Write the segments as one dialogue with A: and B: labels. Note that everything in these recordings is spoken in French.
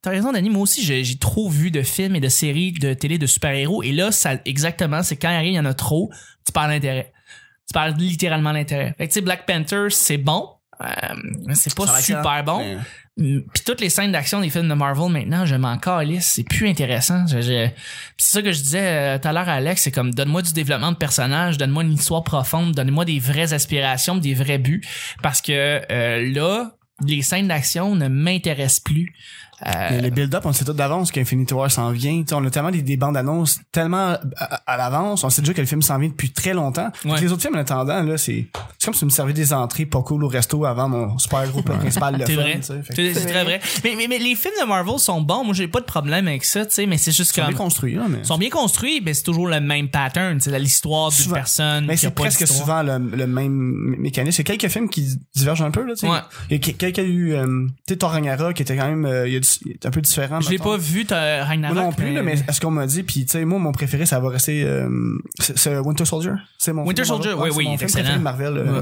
A: T'as raison, Dani. Moi aussi, j'ai j'ai trop vu de films et de séries de télé de super-héros. Et là, ça, exactement, c'est quand il arrive, il y en a trop, tu perds l'intérêt. Tu perds littéralement l'intérêt. Fait que, tu sais, Black Panther, c'est bon. Euh, c'est pas
B: Ça va être
A: super
B: ça,
A: bon.
B: mais-
A: Mm, Puis toutes les scènes d'action des films de Marvel maintenant, je m'en calisse, c'est plus intéressant. Je- je- Puis c'est ça que je disais euh, tout à l'heure à Alex, c'est comme donne-moi du développement de personnage, donne-moi une histoire profonde, donne-moi des vraies aspirations, des vrais buts, parce que euh, là, les scènes d'action ne m'intéressent plus. Euh,
B: Le, le build-up, on sait tout d'avance qu'Infinity War s'en vient. Tu sais, on a tellement des, des bandes annonces tellement à, à- à l'avance. On sait déjà que le film s'en vient depuis très longtemps. Puis
A: Ouais.
B: Les autres films, en attendant, là, c'est c'est comme si tu me servais des entrées pas cool au resto avant mon super gros plat principal le
A: C'est
B: fun,
A: vrai.
B: tu sais. Fait que
A: C'est c'est très vrai. Mais, mais, mais les films de Marvel sont bons, moi j'ai pas de problème avec ça, tu sais, mais c'est juste
B: c'est bien
A: comme.
B: construit, là, mais.
A: Ils sont bien construits, mais c'est toujours le même pattern, c'est l'histoire d'une
B: Souvent.
A: personne.
B: Mais
A: qui a
B: c'est
A: pas
B: presque
A: d'histoire.
B: souvent le, le même mé- mécanisme. Il y a quelques films qui divergent un peu, là, tu sais.
A: Ouais.
B: Il y a que- quelqu'un qui a eu, euh, tu sais, Thor Ragnarok, qui était quand même, euh, il y a du- il est un peu différent.
A: Je l'ai
B: mettons.
A: pas vu, t'as Ragnarok.
B: Moi non plus, là, mais à ce qu'on m'a dit, puis tu sais, moi, mon préféré, ça va rester euh, c'est- c'est Winter Soldier. C'est mon
A: Winter
B: film Marvel.
A: Soldier,
B: Ouais,
A: oui,
B: c'est
A: oui,
B: mon
A: il est
B: film
A: excellent.
B: préféré de Marvel. euh,
A: Ouais.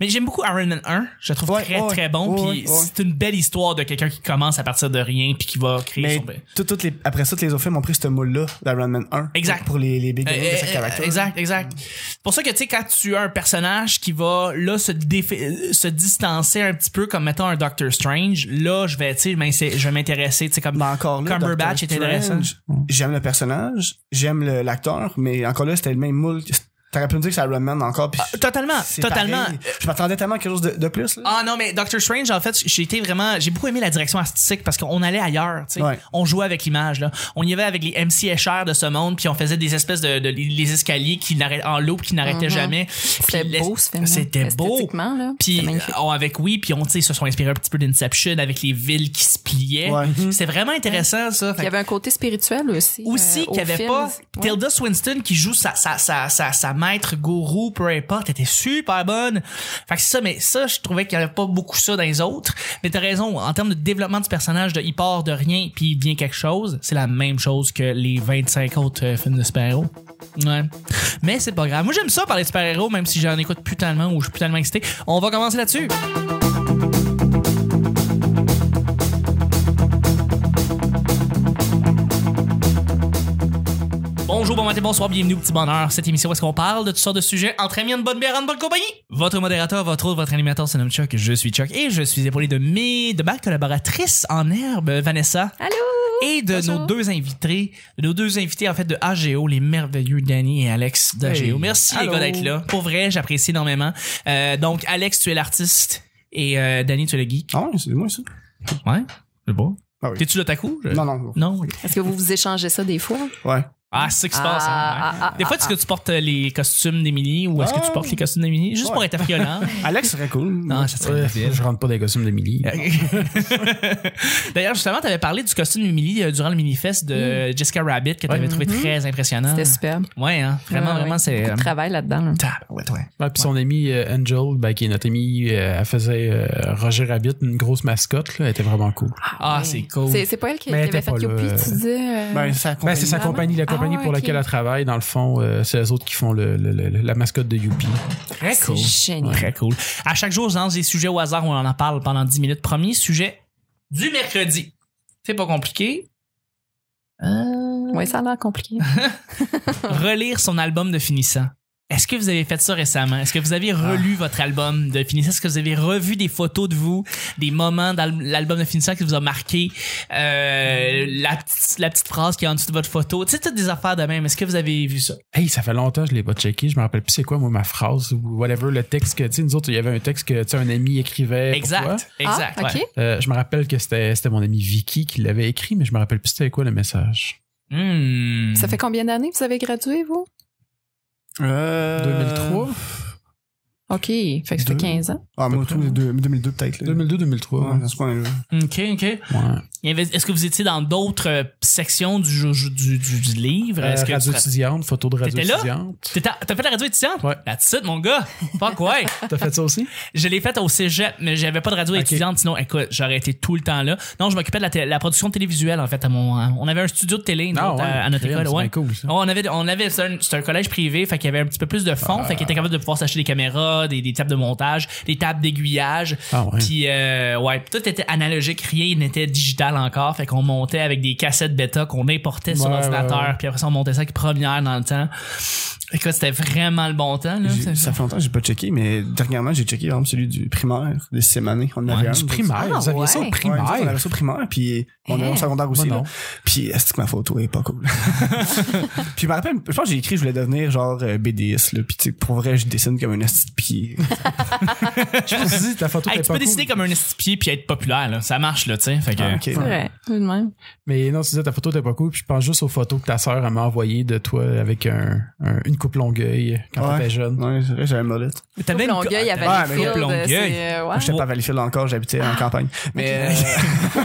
A: Mais j'aime beaucoup Iron Man 1. Je le trouve
B: Ouais,
A: très,
B: ouais,
A: très bon.
B: ouais,
A: puis
B: ouais, ouais.
A: c'est une belle histoire de quelqu'un qui commence à partir de rien puis qui va créer
B: Mais
A: son... Euh,
B: tout- toutes les, après ça, tous les autres films ont pris ce moule-là d'Iron Man 1.
A: Exact.
B: Pour les, les big heroes de chaque
A: euh,
B: caractère.
A: exact, exact. C'est pour ça que, tu sais, quand tu as un personnage qui va, là, se, défi- euh, se distancer un petit peu, comme, mettons, un Doctor Strange, là, je vais, tu sais, je m'inse- je vais m'intéresser, tu sais, comme...
B: Mais encore là,
A: Cumberbatch
B: Doctor
A: est intéressant.
B: Strange, J'aime le personnage, j'aime le- l'acteur, mais encore là, c'était le même moule. T'aurais pu me dire que c'est Iron Man encore. Puis
A: Ah, Totalement,
B: c'est
A: totalement.
B: pareil. Je m'attendais tellement à quelque chose de, de plus. Là.
A: Ah non mais Doctor Strange en fait j'ai été vraiment j'ai beaucoup aimé la direction artistique parce qu'on allait ailleurs tu sais
B: Ouais.
A: on jouait avec l'image là on y avait avec les MC Escher de ce monde puis on faisait des espèces de, de- les escaliers qui n'arrêtaient en loop qui n'arrêtaient jamais
C: Mhm. C'était
A: Puis les-
C: beau, ce film
A: c'était beau
C: là.
A: puis
C: C'était magnifique.
A: on, avec oui puis on tu sais, se sont inspirés un petit peu d'Inception avec les villes qui se pliaient
B: Ouais.
A: c'était vraiment intéressant ça
C: Il y
A: Fait que-
C: avait un côté spirituel aussi.
A: aussi
C: euh,
A: qu'il
C: au
A: y avait
C: film.
A: pas
C: Ouais.
A: Tilda Swinton qui joue sa sa sa sa, sa maître gourou peu importe était super bonne fait que c'est ça mais ça je trouvais qu'il y avait pas beaucoup ça dans les autres mais t'as raison en termes de développement du personnage de il part de rien puis il devient quelque chose c'est la même chose que les 25 autres euh, films de super-héros ouais mais c'est pas grave moi j'aime ça parler de super-héros même si j'en écoute plus tellement ou je suis plus tellement excité on va commencer là-dessus Bonjour, bon matin, bonsoir, bienvenue au Petit Bonheur. Cette émission où est-ce qu'on parle de toutes sortes de sujets entre amis, en bonne bière, en bonne compagnie. Votre modérateur, votre autre, votre animateur se nomme Chuck, je suis Chuck et je suis épaulé de mes, de ma collaboratrice en herbe, Vanessa,
C: Allô?
A: et de
C: Bonjour.
A: nos deux invités, de nos deux invités en fait de AGO, les merveilleux Danny et Alex d'AGO.
B: Hey.
A: Merci
B: Allô.
A: les gars d'être là. Pour vrai, j'apprécie énormément. Euh, donc Alex, tu es l'artiste et euh, Danny, tu es le geek.
B: Ah ouais, c'est moi ça.
A: Ouais, c'est bon.
B: Ah oui.
A: T'es-tu l'otaku? Je-
B: Non, non.
A: Non.
C: Est-ce que vous vous échangez ça des fois?
B: Ouais.
A: Ah, c'est ça qui se
C: Ah,
A: passe. hein.
C: ah, ah,
A: des fois, est-ce que tu portes euh, les costumes d'Émilie ou est-ce que tu
B: Ah.
A: portes les costumes d'Émilie juste pour
B: Ouais.
A: être hein. affriolant?
B: Alex serait cool.
A: non, ça serait
D: Ouais,
A: facile.
D: je rentre pas dans les costumes d'Emily.
A: D'ailleurs, justement, t'avais parlé du costume d'Émilie euh, durant le mini-fest de Jessica Rabbit que t'avais trouvé très impressionnant.
C: Mm. Mm-hmm. C'était superbe.
A: Ouais, hein, vraiment,
C: Ouais, ouais.
A: vraiment, c'est... euh,
C: Beaucoup de travail là-dedans. là.
A: Tabarouette, ouais.
D: Ouais, puis son ami euh, Angel, ben, qui est notre ami, euh, elle faisait euh, Roger Rabbit, une grosse mascotte, là, elle était vraiment cool.
A: Ah, c'est cool.
C: C'est c'est pas elle qui, qui
D: Mais elle
C: avait
D: était
C: fait
D: pas
C: Youpi,
D: là.
C: tu disais. euh,
B: Ben, ça
D: Ben, c'est sa
C: Vraiment?
D: compagnie, la
C: Ah,
D: compagnie pour
C: ok.
D: laquelle elle travaille. Dans le fond, euh, c'est les autres qui font le, le- le- la mascotte de Youpi.
A: Très
C: c'est génial.
A: Très cool. À chaque jour, je lance des sujets au hasard, on en parle pendant 10 minutes. Premier sujet du mercredi. C'est pas compliqué. Euh,
C: Oui, ça a l'air compliqué. Ah,
D: Ah.
A: relire son album de finissant. Est-ce que vous avez fait ça récemment? Est-ce que vous avez
D: Ah.
A: relu votre album de finissant? Est-ce que vous avez revu des photos de vous, des moments dans l'album de finissant qui vous a marqué? Euh, la, petite, la petite phrase qui est en dessous de votre photo. Tu sais, toutes des affaires de même. Est-ce que vous avez vu ça?
D: Hey, ça fait longtemps que je l'ai pas checké. Je me rappelle plus c'est quoi, moi, ma phrase ou whatever, le texte que, tu sais, nous autres, il y avait un texte que, tu sais, un ami écrivait. pour toi.
A: Exact. Exact.
C: Ah, OK.
A: ouais.
D: Euh, je me rappelle que c'était c'était mon ami Vicky qui l'avait écrit, mais je me rappelle plus c'était quoi le message.
A: Hmm.
C: Ça fait combien d'années que vous avez gradué, vous?
B: Euh,
D: 2003?
C: OK. Fait que ça fait
B: Deux.
C: 15 ans.
B: Ah, moi, tout, deux- 2002 peut-être. là.
D: 2002-2003.
B: Ouais, à ce point-là.
C: Ah,
A: OK, OK.
D: Ouais.
A: Il y avait- Est-ce que vous étiez dans d'autres euh, sections du, jeu- du, du- du livre?
D: Euh,
A: Est-ce que
D: radio
A: tu te-
D: étudiante, photo de radio
A: T'étais là?
D: étudiante.
A: T'étais- T'as fait la radio étudiante?
D: Ouais.
A: That's it, mon gars. Fuck ouais.
D: T'as fait ça aussi?
A: Je l'ai faite au cégep, mais j'avais pas de radio
D: Ok.
A: étudiante, sinon, écoute, j'aurais été tout le temps là. Non, je m'occupais de la, té- la production télévisuelle, en fait, à mon, à- on avait un studio de télé, nous
D: Ah
A: autres,
D: ouais,
A: euh, à, à notre
D: crème,
A: école,
D: c'est
A: ouais.
D: bien cool, ça.
A: on avait, on avait, c'était un, c'était un collège privé, fait qu'il y avait un petit peu plus de
D: Ah.
A: fonds, fait qu'il était capable de pouvoir s'acheter des caméras, des, des tables de montage, des tables d'aiguillage.
D: Ah ouais.
A: Puis, euh, ouais, tout était analogique, rien n'était digital. digital encore, fait qu'on montait avec des cassettes bêta qu'on importait sur
D: Ouais,
A: l'ordinateur,
D: ouais, ouais.
A: puis après ça on montait ça avec première dans le temps. Écoute, c'était vraiment le bon temps là.
B: J'ai- Ça fait longtemps que j'ai pas checké, mais dernièrement, j'ai checké, par exemple, celui du primaire, de sixième année. On en avait un.
D: du primaire.
C: Ah,
D: vous aviez ça au
B: Ouais, nous autres,
C: ouais.
B: on
D: primaire.
B: avait ça au primaire, puis on avait
C: Hein?
B: au secondaire aussi.
D: Moi,
B: là.
D: non.
B: Puis, est-ce que ma photo est pas cool? puis, je me rappelle, je pense que j'ai écrit, je voulais devenir genre euh, BDS, là. Puis, tu sais, pour vrai, je dessine comme un esti de pied.
D: Je me suis dit, ta photo
A: Hey,
D: t'es
A: tu
D: pas
A: peux
D: cool.
A: dessiner comme un estipier puis être populaire là, ça marche là, tu sais. Fait que
B: Ah, ok.
C: C'est vrai. tout de même.
D: Mais non, tu disais ta photo t'es pas cool, puis je pense juste aux photos que ta sœur elle m'a envoyées de toi avec un, un- une coupe longueuil quand
B: Ouais.
D: t'étais jeune.
B: Ouais, c'est vrai, j'avais une molette.
A: T'avais une-
C: Longueuil à
A: t'avais-
B: Ah,
C: Valleyfield.
A: mais- Longueuil.
C: c'est, euh, ouais.
B: J'étais pas à Valleyfield encore, j'habitais
D: Ah.
B: en campagne. Mais, euh,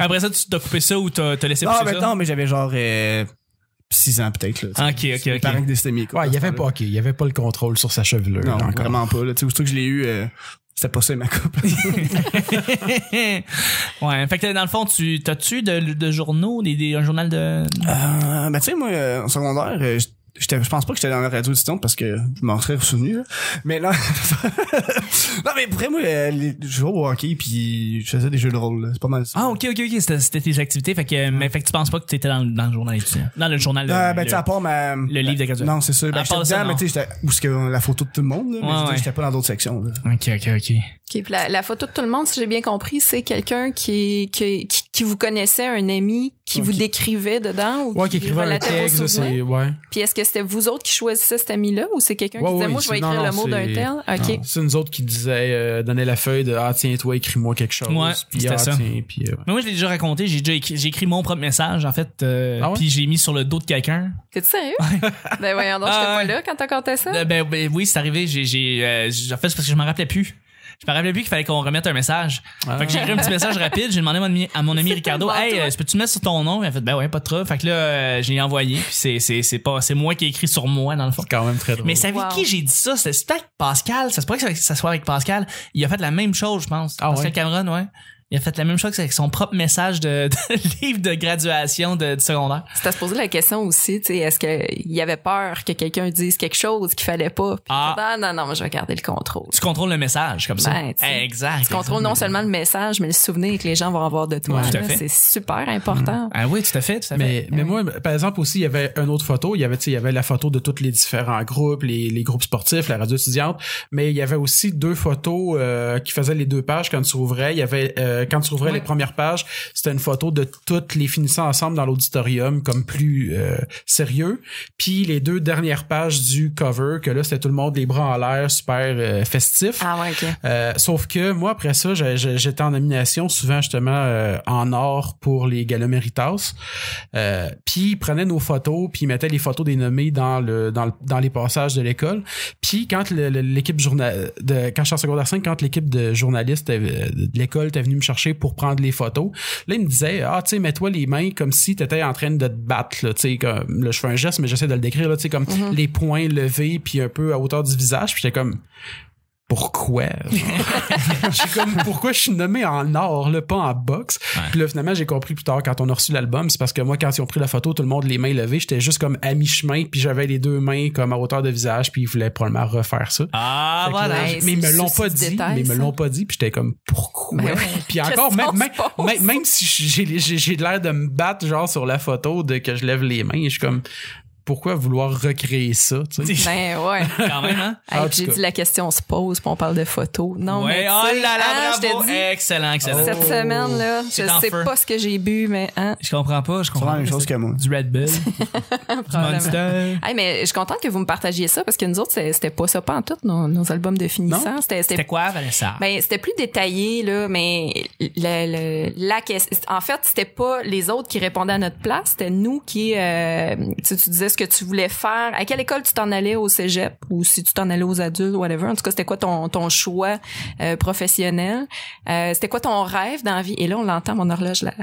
A: Après ça, tu t'as coupé ça ou t'as t'as laissé
B: non,
A: pousser
B: mais
A: ça? Ah,
B: non, mais j'avais genre, 6 ans peut-être, là. tu sais.
A: Ok, ok,
B: Mes
A: ok.
B: parents qui décidaient mes cours,
D: Ouais, il y
B: dans ce
D: avait pas,
B: temps-là.
D: ok, il y avait pas le contrôle sur sa chevelure. là,
B: Non,
D: encore.
B: vraiment pas, là. Tu sais, aussitôt que je l'ai eu, euh, c'était pas ça, ma coupe.
A: ouais, fait que dans le fond, tu t'as-tu de, de journaux, des, des- un journal de
B: Euh, ben tu sais moi euh, en secondaire euh, j- j'étais je pense pas que j'étais dans la radio du temps parce que je m'en serais souvenu là. mais non non mais pour vrai, moi euh, les- je jouais au hockey puis je faisais des jeux de rôle là. c'est pas mal ça.
A: Ah ok ok ok c'était c'était tes activités fait que mais fait que tu penses pas que t'étais dans, le- dans le journal étudiant dans le journal
B: Euh,
A: Ah, le-
B: ben, tu sais, à part ma. Le
A: livre de graduation.
B: Non, c'est ça.
A: À
B: Ben, j'étais
A: part ça,
B: dedans, mais
A: non.
B: tu sais, j'étais. Où est-ce que la photo de tout le monde, là, mais
A: Ouais,
B: je veux dire,
A: ouais.
B: j'étais pas dans d'autres sections, là.
A: ok ok ok
C: Ok, puis la, la photo de tout le monde, si j'ai bien compris, c'est quelqu'un qui, qui, qui, qui vous connaissait, un ami, qui
B: Ouais,
C: vous
B: qui-
C: décrivait dedans ou
D: Ouais, qui écrivait un
C: relatait vos
D: texte, ça,
C: souvenirs?
D: c'est. Ouais.
C: Puis est-ce que c'était vous autres qui choisissez cet ami-là ou c'est quelqu'un
D: Ouais,
C: qui disait
D: ouais,
C: moi je vais
D: c'est- non,
C: écrire le
D: non,
C: mot d'un
D: c'est-
C: tel Ok.
D: C'est nous autres qui disait, euh, donnait la feuille de Ah, tiens, toi, écris-moi quelque chose.
A: Ouais,
D: puis
A: c'était
D: ah,
A: ça.
D: tiens, puis. euh, ouais.
A: mais moi je l'ai déjà raconté j'ai déjà écrit, j'ai écrit mon propre message en fait euh,
D: Ah ouais?
A: puis j'ai mis sur le dos de quelqu'un
C: T'es-tu sérieux Ben voyons donc, j'étais
A: Ah,
C: pas
A: ouais.
C: là quand t'as compté ça.
A: Euh, ben, ben oui c'est arrivé j'ai j'ai euh, j'ai- en fait c'est parce que je m'en rappelais plus je me rappelais plus qu'il fallait qu'on remette un message.
D: Ah.
A: Fait que j'ai écrit un petit message rapide. J'ai demandé à mon ami, à mon ami
C: C'est
A: Ricardo,
C: tellement
A: hey,
C: toi.
A: euh, peux-tu mettre sur ton nom? Il a fait, ben ouais, pas de trouble. Fait que là, euh, j'ai envoyé. Puis c'est, c'est, c'est pas, c'est moi qui ai écrit sur moi, dans le fond.
D: C'est quand même très drôle.
A: Mais c'est avec
C: Wow.
A: qui j'ai dit ça? C'était c'était avec Pascal. Ça se pourrait que ça- ça soit avec Pascal. Il a fait la même chose, je pense.
D: Ah
A: Pascal
D: ouais?
A: Cameron, ouais. Il a fait la même chose avec son propre message de, de livre de graduation de, du secondaire.
C: C'était à se poser la question aussi, tu sais, est-ce qu'il y avait peur que quelqu'un dise quelque chose qu'il fallait pas? Puis
A: Ah.
C: ah. non, non, moi je vais garder le contrôle.
A: Tu contrôles le message comme ça.
C: Ben, tu sais,
A: exact.
C: Tu contrôles non seulement le message, mais le souvenir que les gens vont avoir de toi.
A: Ouais, tout à
C: là.
A: fait.
C: c'est super important.
A: Ah oui, tout à fait, tout à fait.
D: Mais, mais moi, par exemple, aussi, il y avait une autre photo. Il y avait, tu sais, il y avait la photo de tous les différents groupes, les, les groupes sportifs, la radio étudiante. Mais il y avait aussi deux photos euh, qui faisaient les deux pages quand tu ouvrais. Il y avait, euh, quand tu ouvrais
A: Ouais.
D: les premières pages, c'était une photo de toutes les finissant ensemble dans l'auditorium comme plus euh, sérieux. Puis les deux dernières pages du cover, que là, c'était tout le monde les bras en l'air, super euh, festif.
C: Ah ouais, ok.
D: Euh, sauf que moi, après ça, j'ai- j'ai- j'étais en nomination, souvent justement euh, en or pour les galas Méritas. Euh, puis ils prenaient nos photos, puis ils mettaient les photos des nommés dans, le, dans, le- dans les passages de l'école. Puis quand le- le- l'équipe journal de quand j'étais en secondaire 5, quand l'équipe de journalistes euh, de l'école était venue me chercher pour prendre les photos, là ils me disaient ah tu sais mets-toi les mains comme si t'étais en train de te battre là, tu sais comme là je fais un geste mais j'essaie de le décrire là, tu sais comme les poings levés puis un peu à hauteur du visage, puis j'étais comme pourquoi j'ai comme pourquoi je suis nommé en or là, pas en boxe puis là finalement j'ai compris plus tard quand on a reçu l'album c'est parce que moi quand ils ont pris la photo tout le monde les mains levées j'étais juste comme à mi chemin puis j'avais les deux mains comme à hauteur de visage puis ils voulaient probablement refaire ça
A: Ah
D: Fait que là,
A: voilà.
C: Ouais,
D: j'ai-
C: c'est
D: mais ils me
C: le
D: l'ont
C: souci
D: pas
C: du
D: dit
C: détail,
D: mais ils me
C: ça.
D: l'ont pas dit puis j'étais comme pourquoi
C: Ben ouais,
D: puis encore même
C: question
D: même,
C: se pose.
D: même même si j'ai les- j'ai j'ai l'air de me battre genre sur la photo de que je lève les mains je suis comme pourquoi vouloir recréer ça tu sais?
C: Ben ouais.
A: Quand même, hein?
C: Hey,
D: En
C: puis
D: tout
C: j'ai
D: cas.
C: dit la question se pose, puis on parle de photos. Non, mais
A: ouais,
C: tu
A: oh
C: sais,
A: là
C: hein,
A: là,
C: je
A: bravo.
C: te dis, Oh.
A: Excellent, excellent.
C: cette semaine là, je
A: C'est en
C: sais
A: feu.
C: pas ce que j'ai bu, mais hein,
A: Je comprends pas, je
B: C'est
A: comprends
B: la
A: pas.
B: même chose que moi.
A: Du Red Bull, du
C: probablement.
A: Monster.
C: Hey, mais je suis contente que vous me partagiez ça parce que nous autres, c'est- c'était pas ça, pas en tout, nos, nos albums de finissant. C'était, c'était-
A: C'était quoi, Vanessa?
C: ben, c'était plus détaillé, là, mais le- le- la question. En fait, c'était pas les autres qui répondaient à notre place, c'était nous qui. euh, tu sais, tu disais ce que tu voulais faire, à quelle école tu t'en allais au cégep ou si tu t'en allais aux adultes, whatever. En tout cas, c'était quoi ton, ton choix euh, professionnel? Euh, c'était quoi ton rêve dans la vie? Et là, on l'entend, mon horloge, là.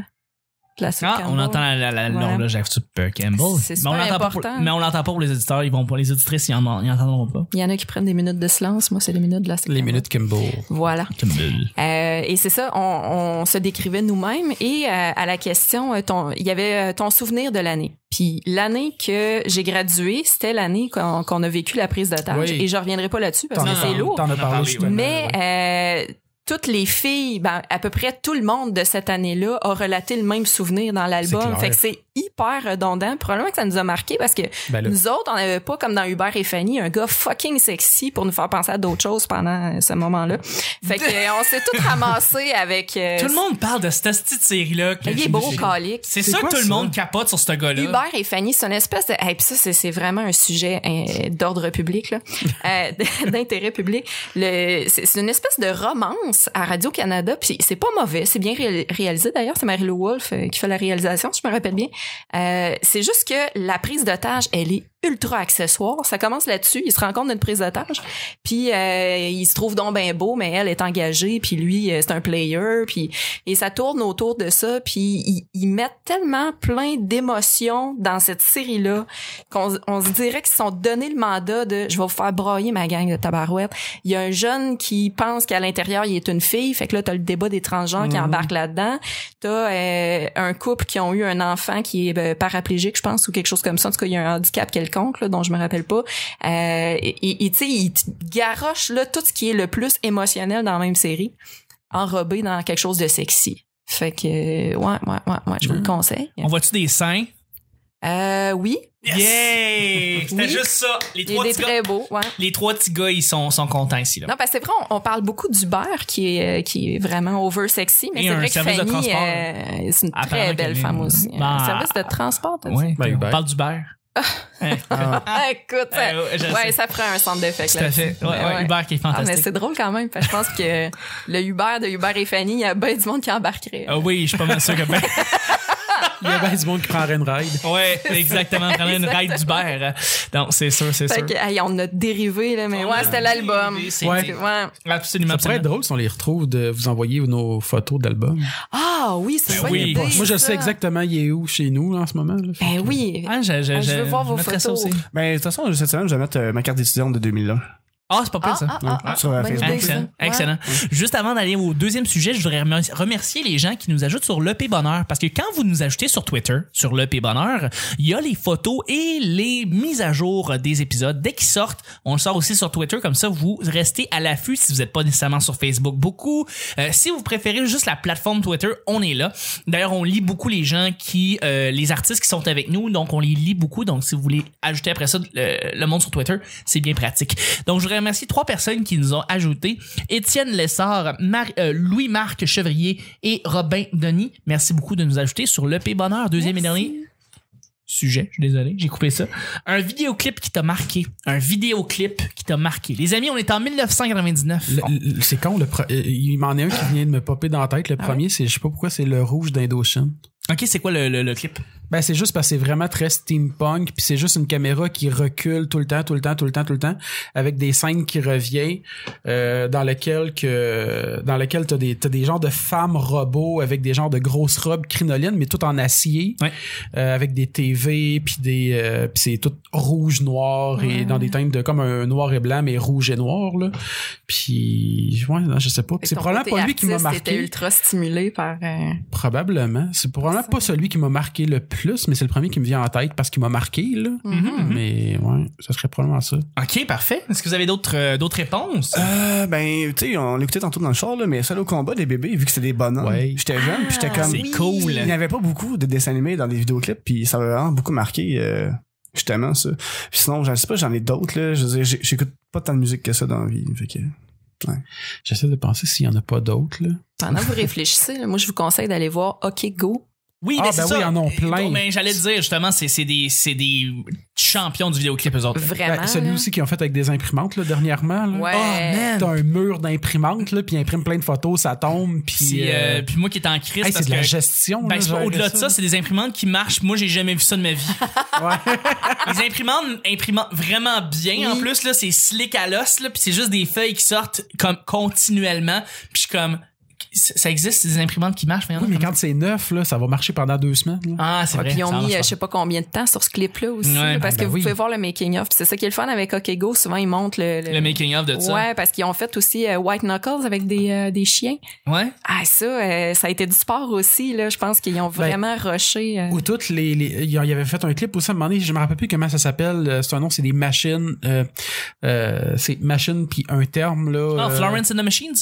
C: La Sue
A: Ah, on
C: Campbell.
A: entend la, la, la,
C: Ouais.
A: l'horloge à Stupe Campbell.
C: C'est super
A: mais on l'entend pas
C: important.
A: Pour, mais on l'entend pas pour les auditeurs, ils vont pas, les auditrices, ils, en, ils entendront pas.
C: Il y en a qui prennent des minutes de silence. Moi, c'est les minutes de la Sue
D: les
C: Campbell.
D: minutes Kimball
C: Voilà.
A: Campbell.
C: Euh, et c'est ça, on, on se décrivait nous-mêmes et euh, à la question, euh, ton, il y avait euh, ton souvenir de l'année. Puis l'année que j'ai gradué, c'était l'année qu'on qu'on a vécu la prise d'otage.
D: Oui.
C: Et je reviendrai pas là-dessus parce
D: T'en
A: Non,
C: que
D: as
A: non,
C: c'est
D: parlé-
C: lourd.
D: t'en as
A: On en a
D: parlé
A: parlé,
D: justement,
A: ouais.
D: ouais.
C: Mais euh, toutes les filles, ben, à peu près tout le monde de cette année-là a relaté le même souvenir dans
D: C'est
C: l'album.
D: clair.
C: Fait que c'est hyper redondant. Probablement que ça nous a marqué parce que
D: Ben là.
C: nous autres, on n'avait pas, comme dans Hubert et Fanny, un gars fucking sexy pour nous faire penser à d'autres choses pendant euh, ce moment-là. Fait que, euh, on s'est tous ramassés avec... euh,
A: Tout le monde parle de cette petite série-là. que
C: Il est
A: j'ai-
C: beau,
A: j'ai-
C: calique.
A: C'est
D: C'est
A: ça que
D: quoi
A: tout le
D: ça?
A: monde capote sur ce gars-là.
C: Hubert et Fanny, c'est une espèce de. Hey, puis ça, c'est- c'est vraiment un sujet hein, d'ordre public, là, euh, d'intérêt public. Le, c'est c'est une espèce de romance à Radio Canada. Puis c'est pas mauvais, c'est bien réal- réalisé d'ailleurs. C'est Marie-Lou Wolfe euh, qui fait la réalisation, si je me rappelle bien. Euh, c'est juste que la prise d'otage, elle est ultra accessoire. Ça commence là-dessus. Il se rend compte d'une prise d'otage. Puis euh, il se trouve donc bien beau, mais elle est engagée. Puis lui, euh, c'est un player. Puis et ça tourne autour de ça, puis ils, ils mettent tellement plein d'émotions dans cette série-là qu'on on se dirait qu'ils se sont donné le mandat de « je vais vous faire broyer ma gang de tabarouette ». Il y a un jeune qui pense qu'à l'intérieur, il est une fille, fait que là, t'as le débat des transgenres
A: Mhm.
C: qui embarque là-dedans. T'as euh, un couple qui ont eu un enfant qui est euh, paraplégique, je pense, ou quelque chose comme ça. En tout cas, il y a un handicap quelconque, là, dont je me rappelle pas. Euh, et et, tu sais, ils te garochent là, tout ce qui est le plus émotionnel dans la même série enrobé dans quelque chose de sexy. Fait que, euh, ouais, ouais, ouais, ouais, je vous
A: Mhm.
C: le conseille.
A: On voit-tu des seins?
C: Euh, oui,
A: Yay! C'était
C: Oui.
A: juste ça. Les
C: il
A: trois,
C: est
A: petits gars,
C: très beau, ouais.
A: les trois petits gars, ils sont, sont contents ici. Là.
C: Non, parce que c'est vrai, on, on parle beaucoup d'Uber qui est, euh, qui est vraiment over sexy, mais
A: Et
C: c'est
A: un
C: vrai que
A: service de
C: Fanny,
A: transport.
C: euh, c'est une
A: Apparemment
C: très belle
A: qu'elle est-
C: femme aussi. hein.
A: Ben,
C: Un service de transport, t'as dit?
A: Ouais,
D: Ben,
A: on
D: Hubert.
A: parle d'Hubert.
C: Ah, écoute, ça-
A: Euh, ouais, je
C: ouais,
A: sais.
C: ça ferait un centre de fait.
A: Tout à fait. Ouais, ouais, Hubert qui est
C: Ah, mais
A: fantastique.
C: c'est drôle quand même, parce que je pense que le Uber de Uber et Fanny, il y a bien du monde qui embarquerait.
A: Ah oui, je suis pas mal sûr que ben.
D: Il y a bien du monde qui prendrait une ride.
A: Ouais, exactement. Prendre une ride d'Hubert. Non, c'est sûr, c'est
C: fait
A: sûr.
C: que, hey, on a dérivé, là, mais
A: On
C: ouais,
A: a
C: c'était l'album.
A: dérivé, c'est-
C: Ouais. Ouais.
A: Absolument.
D: Ça
A: absolument.
D: pourrait être drôle si on les retrouve de vous envoyer nos photos d'albums.
C: Ah oui, c'est
A: Ben
C: vrai.
A: oui.
C: Moi,
D: Moi, je sais exactement il est où chez nous là, en ce moment. là. Fait
C: Ben
D: que-
C: oui.
A: Ah, je, je,
C: Ah, je veux voir vos
A: mettrais ça
C: photos.
A: aussi.
B: Ben, de toute façon, cette semaine, je vais mettre euh, ma carte d'étudiante de 2001.
A: Ah, c'est pas pire
C: Ah,
A: ça.
C: ah, ah, ah,
B: Sur, euh,
C: bonne
B: Facebook.
C: idée, ça.
A: Excellent, excellent.
C: Ouais.
A: Juste avant d'aller au deuxième sujet, je voudrais remer- remercier les gens qui nous ajoutent sur l'EP Bonheur parce que quand vous nous ajoutez sur Twitter, sur l'EP Bonheur, il y a les photos et les mises à jour des épisodes. Dès qu'ils sortent, on le sort aussi sur Twitter, comme ça vous restez à l'affût si vous n'êtes pas nécessairement sur Facebook beaucoup. Euh, si vous préférez juste la plateforme Twitter, on est là. D'ailleurs, on lit beaucoup les gens qui, euh, les artistes qui sont avec nous, donc on les lit beaucoup. Donc si vous voulez ajouter après ça euh, le, le monde sur Twitter, c'est bien pratique. Donc je voudrais remercier trois personnes qui nous ont ajouté Étienne Lessard, Mar- euh, Louis-Marc Chevrier et Robin Denis. Merci beaucoup de nous ajouter sur le P Bonheur, deuxième et dernier sujet, je suis désolé, j'ai coupé ça. Un vidéoclip qui t'a marqué. Un vidéoclip qui t'a marqué. Les amis, on est en 1999.
D: Le- le- C'est con, le pre- euh, il m'en est un qui vient de me popper dans la tête.
C: Ah
D: Le premier, c'est je sais pas pourquoi, c'est le rouge d'Indochine.
A: OK, c'est quoi le, le- le clip?
D: Ben, c'est juste parce que c'est vraiment très steampunk, puis c'est juste une caméra qui recule tout le temps, tout le temps, tout le temps, tout le temps, avec des scènes qui reviennent, euh, dans lequel que, dans lequel t'as des, t'as des genres de femmes robots avec des genres de grosses robes crinolines, mais tout en acier,
A: Ouais.
D: euh, avec des TV, puis des, euh, puis c'est tout rouge, noir, et dans des teintes de comme un noir et blanc, mais rouge et noir, là. Puis, ouais, non, je sais pas.
C: Fait que
D: C'est
C: ton
D: probablement
C: côté
D: pas lui qui m'a
C: artiste était
D: marqué.
C: ultra stimulé par. euh,
D: Probablement. C'est probablement
C: Ça.
D: pas celui qui m'a marqué le plus, mais c'est le premier qui me vient en tête parce qu'il m'a marqué, là.
A: Hmm.
C: Mhm.
D: Mais ouais, ça serait probablement ça.
A: OK, parfait. Est-ce que vous avez d'autres euh, d'autres réponses?
B: Euh, ben, tu sais, on l'écoutait tantôt dans le char, là, mais celle au combat des bébés, vu que c'était des bonhommes.
D: Ouais.
B: J'étais jeune, puis j'étais
C: Ah,
B: comme.
A: c'est cool.
B: Il n'y avait pas beaucoup de dessins animés dans les vidéoclips, puis ça m'a vraiment beaucoup marqué, euh, justement, ça. Puis sinon, je sais pas, j'en ai d'autres, là. Je veux dire, j'ai- j'écoute pas tant de musique que ça dans la vie. Fait que.
D: J'essaie de penser s'il y en a pas d'autres, là.
C: Pendant que vous réfléchissez, là, moi, je vous conseille d'aller voir OK Go.
A: Oui,
D: Ah,
A: mais
D: ben
A: c'est
D: oui,
A: ça.
D: ils en ont
A: Et donc,
D: plein.
A: ben, j'allais te dire, justement, c'est c'est des, c'est des champions du vidéoclip, eux autres.
C: Vraiment.
D: Ben, celui
C: là.
D: aussi qu'ils ont fait avec des imprimantes, là, dernièrement, là.
C: Ouais.
D: Oh, man! T'as un mur d'imprimantes, là, puis ils impriment plein de photos, ça tombe, puis...
A: Puis,
D: euh,
A: euh, puis moi qui est en crise,
D: hey,
A: parce
D: c'est de la
A: que-
D: gestion,
A: ben,
D: là,
A: c'est pas-
D: gérer
A: au-delà de ça, c'est des imprimantes qui marchent. Moi, j'ai jamais vu ça de ma vie.
D: Ouais.
A: Les imprimantes impriment vraiment bien. En plus, là, c'est slick à l'os, là, puis c'est juste des feuilles qui sortent comme continuellement. Puis je suis comme, ça existe, des imprimantes qui marchent, mais il y en a
D: Oui, mais
A: comme-
D: quand c'est neuf, là, ça va marcher pendant deux semaines, là.
A: Ah, c'est
C: Ouais,
A: vrai.
C: Puis ils
A: ça
C: ont
A: marche
C: mis, euh,
A: pas.
C: je sais pas combien de temps sur ce clip-là aussi,
A: Ouais,
C: là, parce
D: ben
C: que vous
D: oui.
C: pouvez voir le making-of. Puis c'est ça qui est le fun avec OK Go. Souvent, ils montrent le.
A: le making of de ça.
C: Ouais, parce qu'ils ont fait aussi euh, White Knuckles avec des, euh, des chiens.
A: Ouais.
C: Ah, ça, euh, ça a été du sport aussi, là. Je pense qu'ils ont vraiment rushé. euh,
D: Ben, Ou toutes les, les- il y avait fait un clip aussi à un moment donné, je me rappelle plus comment ça s'appelle, euh, c'est un nom, c'est des machines, euh, euh, c'est machine puis un terme
A: Ah,
D: là. euh,
A: Florence and the Machines.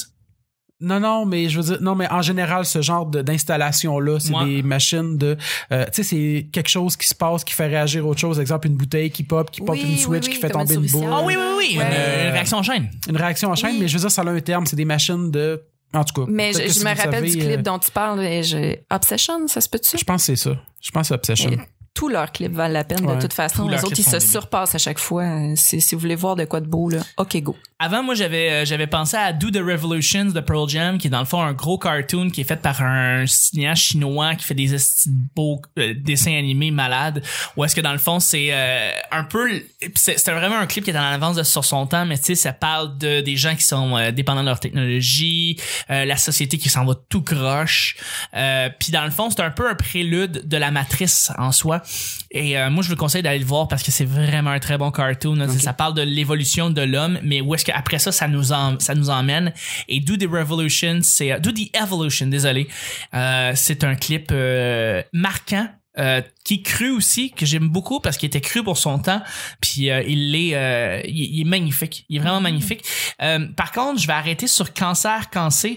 D: Non, non, mais je veux dire, non, mais en général, ce genre de- d'installation-là, c'est
A: Ouais.
D: des machines de. euh, tu sais, c'est quelque chose qui se passe, qui fait réagir autre chose. Exemple, une bouteille qui pop, qui pop
C: Oui,
D: une
C: oui,
D: switch,
C: oui,
D: qui fait
C: comme
D: tomber une
C: souricière.
D: boule.
A: Ah oui, oui, oui.
C: Ouais.
A: Une, euh, réaction en chaîne.
D: Une réaction en chaîne,
C: Oui.
D: mais je veux dire, ça a un terme, c'est des machines de. En tout cas.
C: Mais
D: peut-être
C: je,
D: que
C: je
D: si
C: me
D: vous
C: rappelle du
D: savez,
C: clip
D: euh,
C: dont tu parles. et je- Obsession, ça se peut-tu?
D: Je pense que c'est ça. Je pense que c'est Obsession.
C: Et Tous leurs clips valent la peine
D: Ouais.
C: de toute façon.
A: Tous
C: Les
A: leurs
C: autres,
A: clips
C: ils
A: sont
C: se
A: débiles.
C: surpassent à chaque fois. Euh, Si, si vous voulez voir de quoi de beau, là, OK, go.
A: Avant, moi, j'avais euh, j'avais pensé à Do the Revolutions de Pearl Jam, qui est dans le fond un gros cartoon qui est fait par un cinéaste chinois qui fait des esti de beaux euh, dessins animés malades. Ou est-ce que dans le fond, c'est euh, un peu... l- C'est c'est vraiment un clip qui est en avance de- sur son temps, mais tu sais, ça parle de des gens qui sont euh, dépendants de leur technologie, euh, la société qui s'en va tout croche. Euh, Puis dans le fond, c'est un peu un prélude de la matrice en soi. Et euh, moi, je vous conseille d'aller le voir parce que c'est vraiment un très bon cartoon. là. Ça parle de l'évolution de l'homme, mais où est-ce qu'après ça, ça nous, en- ça nous emmène. Et Do the Revolution, c'est... euh, Do the Evolution, désolé. Euh, c'est un clip euh, marquant. euh, qui est cru aussi que j'aime beaucoup parce qu'il était cru pour son temps puis euh, il est euh, il, il est magnifique il est vraiment magnifique Euh, par contre je vais arrêter sur cancer cancer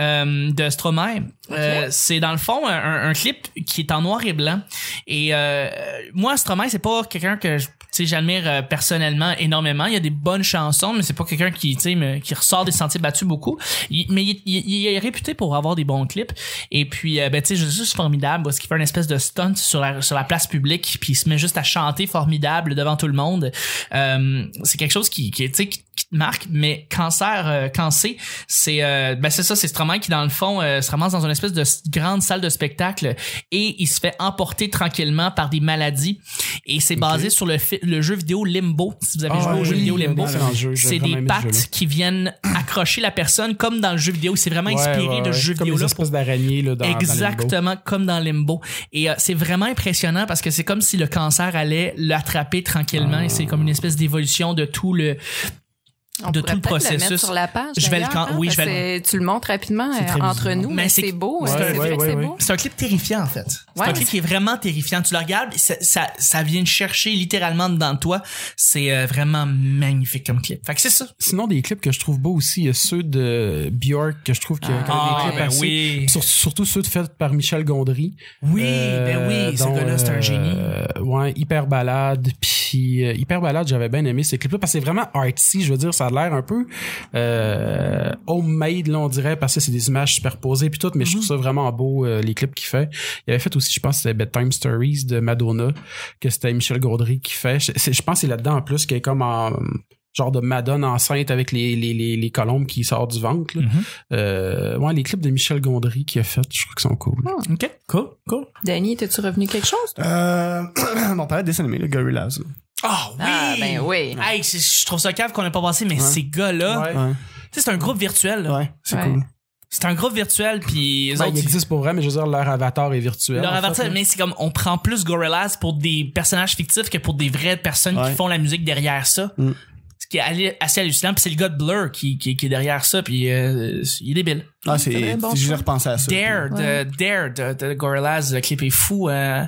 A: euh, de Stromae Euh, c'est dans le fond un- un, un clip qui est en noir et blanc et euh, moi Stromae c'est pas quelqu'un que je- tu sais, j'admire euh, personnellement énormément il y a des bonnes chansons mais c'est pas quelqu'un qui tu sais, me- qui ressort des sentiers battus beaucoup Il- mais il, il- il est réputé pour avoir des bons clips et puis euh, ben tu sais je- juste formidable parce qu'il fait une espèce de stunt sur la sur la place publique puis il se met juste à chanter formidable devant tout le monde Euh, c'est quelque chose qui qui tu sais, qui- qui te marque mais cancer euh, cancer c'est euh, ben c'est ça c'est Stromae qui dans le fond euh, se ramasse dans une espèce de s- grande salle de spectacle et il se fait emporter tranquillement par des maladies et c'est basé sur le fi- le jeu vidéo Limbo si vous avez
D: Ah,
A: joué au jeu
D: oui,
A: vidéo Limbo
D: excellent jeu, j'ai
A: c'est
D: vraiment
A: des
D: aimé ce jeu-là.
A: pattes qui viennent accrocher la personne comme dans le jeu vidéo c'est vraiment
D: Ouais,
A: inspiré
D: ouais,
A: de
D: ouais.
A: ce jeu
D: Comme
A: vidéo
D: les
A: là
D: espèces d'araignées, là, dans dans les niveaux.
A: Exactement comme dans Limbo. Et euh, c'est vraiment impressionnant parce que c'est comme si le cancer allait l'attraper tranquillement et c'est comme une espèce d'évolution de tout le.
C: On
A: De
C: pourrait
A: tout le
C: peut-être
A: processus.
C: mettre sur la page.
A: Je vais le
C: d'ailleurs, hein,
A: can- oui,
C: parce
A: je vais
C: que Tu le montres rapidement
D: C'est
C: euh,
D: très
C: entre
D: bizarre.
C: nous,
A: Mais
C: mais
A: c'est-
C: c'est beau.
D: Ouais,
C: hein, c'est
D: ouais,
C: vrai que
D: ouais,
C: c'est
D: ouais.
C: beau.
A: C'est un clip terrifiant en fait. C'est un
C: Ouais.
A: clip qui est vraiment terrifiant. Tu le regardes, ça, ça, ça vient te chercher littéralement dedans de toi. C'est euh, vraiment magnifique comme clip. Fait que c'est ça.
D: Sinon, des clips que je trouve beaux aussi, il y a ceux de Bjork que je trouve qu'il y a quand même
A: Ah,
D: des clips
A: ben
D: assez-
A: oui.
D: Sur- surtout ceux faits par Michel Gondry.
A: Oui,
D: Euh,
A: ben oui, ce
D: dont,
A: gars-là c'est un
D: euh,
A: génie.
D: ouais, hyper balade. Puis euh, hyper balade, j'avais bien aimé ces clips-là parce que c'est vraiment artsy. Je veux dire, ça a l'air un peu euh, homemade, là, on dirait, parce que c'est des images superposées puis tout. Mais je
A: Mhm.
D: trouve ça vraiment beau euh, les clips qu'il fait. Il avait fait aussi, je pense, que c'était Bedtime Stories de Madonna que c'était Michel Gondry qui fait. Je, c'est- je pense que c'est là-dedans en plus qu'il est comme en genre de Madone enceinte avec les, les, les, les colombes qui sortent du ventre. là.
A: Mhm.
D: Euh, ouais, les clips de Michel Gondry qu'il a fait, je trouve qu'ils sont cool.
A: Ok, cool, cool.
C: Danny, t'es-tu revenu quelque chose? toi?
B: Euh, bon, on parlait de dessin animé, le Gorillaz.
A: Ah oui.
C: Ah, ben oui.
A: Hey, c'est- je trouve ça cave qu'on n'a pas passé, mais ces gars-là,
D: Ouais.
B: Ouais.
A: tu sais, c'est un groupe virtuel. là.
B: Ouais, c'est
C: Ouais.
B: cool.
A: C'est un groupe virtuel, puis eux
D: Ben,
A: autres,
D: il existe pour vrai, mais je veux dire, leur avatar est virtuel.
A: Leur
D: en fait,
A: avertir,
D: là.
A: mais c'est comme on prend plus Gorillaz pour des personnages fictifs que pour des vraies personnes qui
B: Ouais.
A: font la musique derrière ça.
B: Mm.
A: Ce qui est allé- assez hallucinant. Puis c'est le gars de Blur qui, qui, qui est derrière ça, puis euh, il est débile.
B: Ah,
C: C'est
B: c'est.
C: vrai, bon
B: J'ai
C: choix.
B: repensé à ça.
A: Dare,
C: Ouais.
A: de, Dare de, de Gorillaz, le clip est fou. Euh,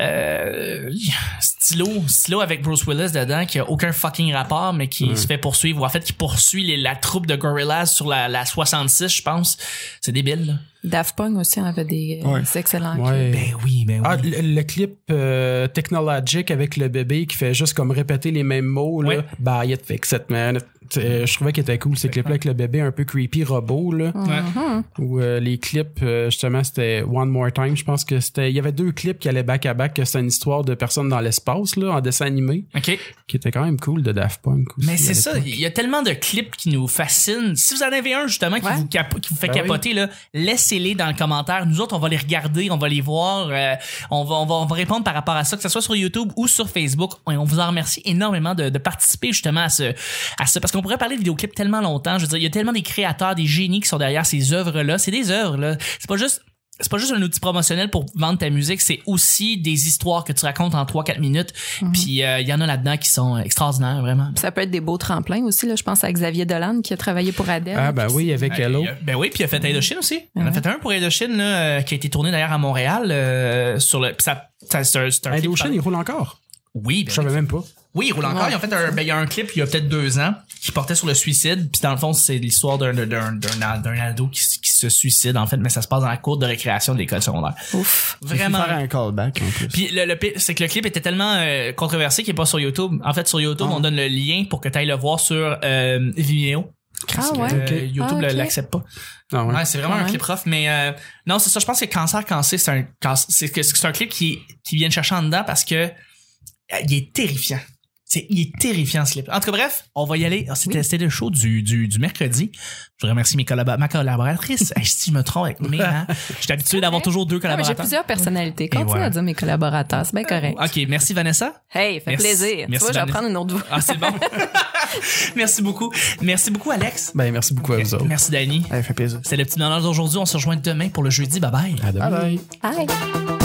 A: euh, stylo, stylo avec Bruce Willis dedans, qui a aucun fucking rapport, mais qui se fait poursuivre, ou en fait qui poursuit les- la troupe de Gorillaz sur la, la 66, je pense. C'est débile. là.
C: Daft Punk aussi en avait des, euh,
B: Ouais.
C: des excellents clips.
D: Ouais.
A: Ben oui, ben oui.
D: Ah, le, le clip euh, Technologic avec le bébé qui fait juste comme répéter les mêmes mots.
A: Ouais.
D: Là. Bah, il fait que cette minute. Euh, je trouvais qu'il était cool ces clips-là avec le bébé un peu creepy robot. Là.
A: Ouais.
D: Ou euh, les clips, euh, justement, c'était One More Time. Je pense que c'était. Il y avait deux clips qui allaient back à back, que c'était une histoire de personnes dans l'espace, là, en dessin animé,
A: Ok.
D: qui était quand même cool de Daft Punk aussi.
A: Mais
D: à
A: c'est ça,
D: l'époque.
A: il y a tellement de clips qui nous fascinent. Si vous en avez un justement qui,
C: Ouais.
A: vous, capo- qui vous fait
D: Ben oui.
A: capoter, là, laissez-les dans le commentaire. Nous autres, on va les regarder, on va les voir, euh, on, va, on, va, on va répondre par rapport à ça, que ce soit sur YouTube ou sur Facebook. On, on vous en remercie énormément de, de participer justement à ce, à ce... Parce qu'on pourrait parler de vidéoclips tellement longtemps. Je veux dire, il y a tellement des créateurs, des génies qui sont derrière ces œuvres-là. C'est des œuvres, là. C'est pas juste c'est pas juste un outil promotionnel pour vendre ta musique, c'est aussi des histoires que tu racontes en 3-4 minutes. Puis euh, il y en a là-dedans qui sont extraordinaires, vraiment.
C: Ça peut être des beaux tremplins aussi. Là. Je pense à Xavier Dolan qui a travaillé pour Adele.
D: Ah, ben oui, avec Hello.
A: Euh, Ben oui, puis il a fait Indochine aussi. On a fait un pour Indochine là, euh, qui a été tourné d'ailleurs à Montréal euh, sur le. puis ça, ça- c'est un, c'est un clip
D: Indochine,
A: par-
D: il roule encore.
A: Oui, ben
D: Je savais même pas.
A: Oui, il roule encore.
C: Ouais.
A: Ils ont fait un, ben, il y a un clip il y a peut-être deux ans qui portait sur le suicide. Puis dans le fond, c'est l'histoire d'un d'un d'un d'un ado qui, s- qui se suicide en fait, mais ça se passe dans la cour de récréation de l'école secondaire.
C: Ouf.
A: Vraiment.
B: faire un callback en plus.
A: Puis le, le pire, c'est que le clip était tellement euh, controversé qu'il est pas sur YouTube. En fait, sur YouTube,
C: Ah.
A: on donne le lien pour que tu ailles le voir sur euh, Vimeo.
C: Ah ouais.
A: Euh, YouTube
C: Ah,
A: le-
C: ok.
A: l'accepte pas.
D: Ah ouais.
A: Ouais, c'est vraiment
C: Quand
A: un
C: même.
A: clip rough, mais euh, non, c'est ça. Je pense que Cancer Cancer, c'est un, can- c'est que- c'est un clip qui, qui vient de chercher en dedans parce que euh, il est terrifiant. C'est, il est terrifiant ce clip. En tout cas, bref, on va y aller. Alors, C'était, c'était le show du, du, du mercredi. Je remercie mes collab- ma collaboratrice. Hey, si je me trompe avec mes, hein, je suis habitué d'avoir toujours deux
C: Ah, mais J'ai
A: collaborateurs.
C: plusieurs personnalités. Continue
A: voilà.
C: à dire mes collaborateurs, c'est bien correct.
A: ok, merci Vanessa.
C: Hey, fait
A: Merci.
C: plaisir.
A: Merci,
C: tu vois, je
A: Vanessa.
C: vais prendre une autre voix.
A: Ah, c'est bon. merci beaucoup. Merci beaucoup, Alex.
D: Ben, merci beaucoup à vous autres.
A: Merci, Dani.
B: Ça fait plaisir.
A: C'est le petit bonheur d'aujourd'hui. On se rejoint demain pour le jeudi. Bye bye.
D: À demain.
B: Bye bye.
C: Bye.